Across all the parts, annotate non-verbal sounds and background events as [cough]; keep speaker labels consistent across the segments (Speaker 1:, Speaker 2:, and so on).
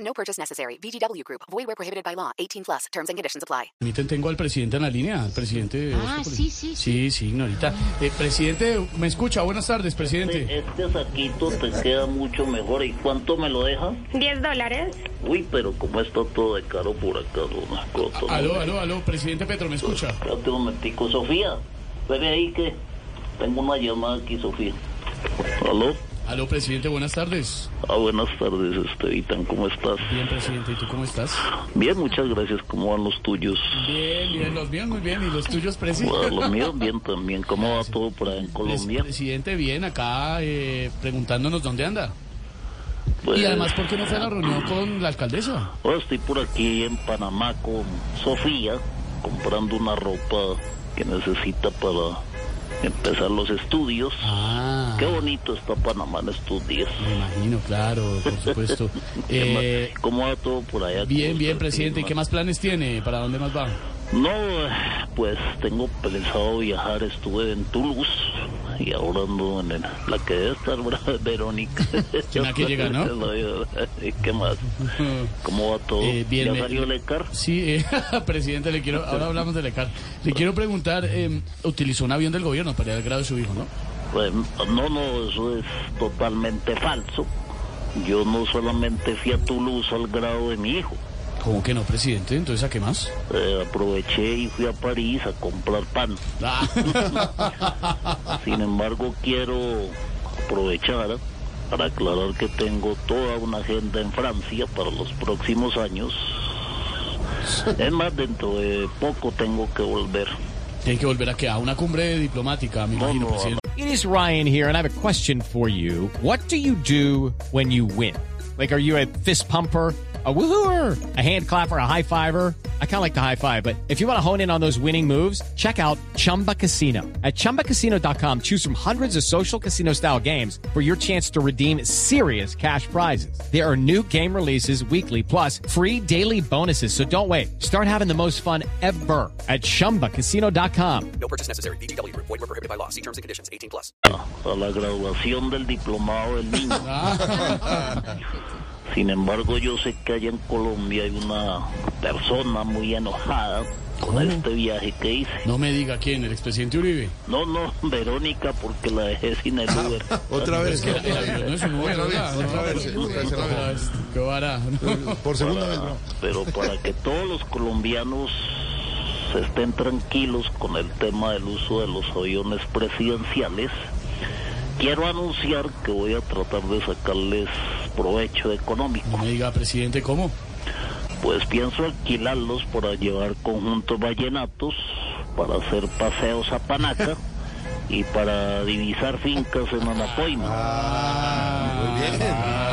Speaker 1: No purchase necessary. VGW Group. Void where prohibited by law. 18 plus. Terms and conditions apply.
Speaker 2: Ahorita tengo al presidente en la línea, al presidente.
Speaker 3: Ah, sí, sí,
Speaker 2: Sí, sí, ignorita. Eh, presidente, me escucha. Buenas tardes, presidente.
Speaker 4: Este saquito te queda mucho mejor. ¿Y cuánto me lo deja?
Speaker 3: 10 dólares.
Speaker 4: Uy, pero como está todo de caro por acá, una cosa. ¿no?
Speaker 2: Aló, aló, aló, presidente Petro, me escucha.
Speaker 4: Espérate un momentico, Sofía. Ven ahí que tengo una llamada aquí, Sofía. ¿Aló?
Speaker 2: Aló, presidente, buenas tardes.
Speaker 4: Ah, buenas tardes, Estevitán, ¿cómo estás?
Speaker 2: Bien, presidente, ¿y tú cómo estás?
Speaker 4: Bien, muchas gracias. ¿Cómo van los
Speaker 2: [laughs]
Speaker 4: tuyos?
Speaker 2: Bien, bien, los míos muy bien. ¿Y los tuyos, [laughs]
Speaker 4: Bueno, los
Speaker 2: presidente?
Speaker 4: míos bien también. ¿Cómo va todo por allá en Colombia?
Speaker 2: Presidente, bien, acá eh, preguntándonos dónde anda. Y
Speaker 4: Pues,
Speaker 2: además, ¿por qué no fue a la reunión con la alcaldesa?
Speaker 4: Ahora estoy por aquí en Panamá con Sofía comprando una ropa que necesita para empezar los estudios.
Speaker 2: Ah,
Speaker 4: Qué bonito está Panamá en estos días.
Speaker 2: me imagino, claro, por supuesto.
Speaker 4: [laughs] ¿Qué más?
Speaker 2: Eh,
Speaker 4: ¿Cómo va todo por allá?
Speaker 2: Bien, bien,
Speaker 4: ¿Cómo está el
Speaker 2: presidente. ¿Y
Speaker 4: clima?
Speaker 2: qué más planes tiene? ¿Para dónde más va? [laughs]
Speaker 4: No, eh, pues tengo pensado viajar. Estuve en Toulouse y ahora ando en el- la que debe estar brava
Speaker 2: [laughs]
Speaker 4: es [laughs] Verónica.
Speaker 2: ¿Quién aquí llega,
Speaker 4: [laughs]
Speaker 2: no?
Speaker 4: ¿Qué más? ¿Cómo va todo?
Speaker 2: Eh, bien,
Speaker 4: ¿Ya
Speaker 2: me-
Speaker 4: salió el ECAR?
Speaker 2: Sí, eh, [laughs] presidente, le quiero. Ahora hablamos del ECAR. Le quiero preguntar: eh, utilizó un avión del gobierno para ir al grado de su hijo, ¿no?
Speaker 4: Pues, no, no, eso es totalmente falso. Yo no solamente fui a Toulouse al grado de mi hijo.
Speaker 2: ¿Cómo que no, presidente? Entonces, ¿a qué más?
Speaker 4: Eh, aproveché y fui a París a comprar pan.
Speaker 2: Ah.
Speaker 4: Sin embargo, quiero aprovechar para aclarar que tengo toda una agenda en Francia para los próximos años. Es más, dentro de poco tengo que volver.
Speaker 2: [laughs] Tiene que volver a que a una cumbre diplomática, me imagino,
Speaker 4: no,
Speaker 2: presidente.
Speaker 5: It is Ryan here, and I have a question for you. What do you do when you win? Like, are you a fist pumper? A woohooer, a hand clapper, a high fiver. I kind of like the high five, but if you want to hone in on those winning moves, check out Chumba Casino. At chumbacasino.com, choose from hundreds of social casino style games for your chance to redeem serious cash prizes. There are new game releases weekly, plus free daily bonuses. So don't wait. Start having the most fun ever at chumbacasino.com.
Speaker 6: No purchase necessary. VGW Group. Void were prohibited by law. See terms and conditions. 18 plus.
Speaker 4: a la graduación del diplomado del
Speaker 7: [laughs]
Speaker 4: niño. Sin embargo, yo sé que allá en Colombia hay una persona muy enojada con este viaje que hice.
Speaker 2: No me diga quién, el expresidente Uribe.
Speaker 4: No, no, Verónica, porque la dejé sin el Uber.
Speaker 7: Otra vez,
Speaker 2: El avión no es un Uber, ¿verdad? No,
Speaker 7: otra vez,
Speaker 2: no,
Speaker 7: otra vez, otra
Speaker 2: otra vez. Qué vara. ¿no?
Speaker 7: por segunda vez.
Speaker 4: Ah, Pero para que todos los colombianos estén tranquilos con el tema del uso de los aviones presidenciales, quiero anunciar que voy a tratar de sacarles provecho económico.
Speaker 2: No me diga, presidente, ¿cómo?
Speaker 4: Pues pienso alquilarlos para llevar conjuntos vallenatos, para hacer paseos a Panaca y para divisar fincas en Anapoima.
Speaker 2: Ah,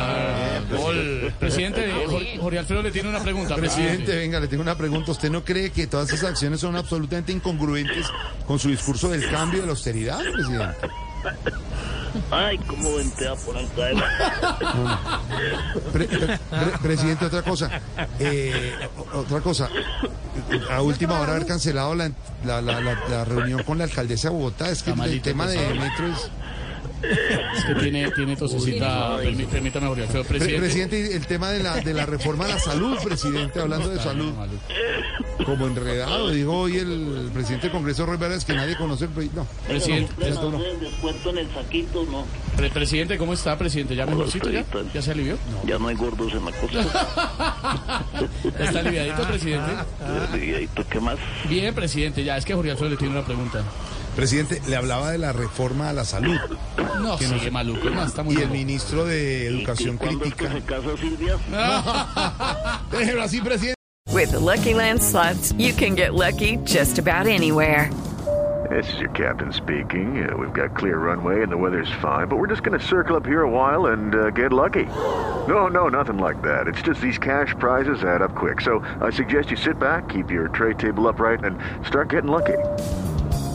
Speaker 2: Gol. Presidente, eh, Jorge, Jorge Alfredo le tiene una pregunta.
Speaker 7: Presidente, venga, le tengo una pregunta. ¿Usted no cree que todas esas acciones son absolutamente incongruentes con su discurso del cambio y de la austeridad, presidente?
Speaker 4: Ay, cómo ventea por acá.
Speaker 7: Pre- pre- pre- presidente, otra cosa. Eh, o- otra cosa. A última hora haber cancelado la, la- la- la- la reunión con la alcaldesa de Bogotá. Es que
Speaker 2: Está
Speaker 7: el
Speaker 2: malito,
Speaker 7: tema de
Speaker 2: presidente.
Speaker 7: metro es...
Speaker 2: Es que tiene, tiene tosecita. Permí- Permítame, Jorge Alfredo.
Speaker 7: Pre-
Speaker 2: Presidente.
Speaker 7: presidente, el tema de la, de la reforma a la salud, presidente, hablando de salud. Como enredado, dijo hoy el presidente del Congreso, Roy Vargas, que nadie conoce el país. No.
Speaker 2: Presidente,
Speaker 4: ¿Ustedes
Speaker 7: esto no.
Speaker 4: hacen descuento en el saquito, ¿no?
Speaker 2: Pre- presidente, ¿cómo está, presidente? ¿Ya mejorcito ya? ¿Ya se alivió?
Speaker 4: Ya no hay gordos en la costa.
Speaker 2: ¿Ya está aliviadito, presidente?
Speaker 4: ¿Y tú qué más?
Speaker 2: Bien, presidente, ya. Es que Jorge Alfredo le tiene una pregunta.
Speaker 7: Presidente, le hablaba de la reforma a la salud.
Speaker 2: No, sigue maluco. No, está muy
Speaker 7: Y el
Speaker 2: maluco.
Speaker 7: ministro de
Speaker 4: ¿Y
Speaker 7: Educación
Speaker 4: cuándo es que
Speaker 7: critica.
Speaker 4: se casa Silvia?
Speaker 7: Déjelo así, presidente.
Speaker 8: With the Lucky Land slots, you can get lucky just about anywhere.
Speaker 3: This is your captain speaking. Uh, we've got clear runway and the weather's fine, but we're just going to circle up here a while and uh, get lucky. No, no, nothing like that. It's just these cash prizes add up quick. So I suggest you sit back, keep your tray table upright, and start getting lucky.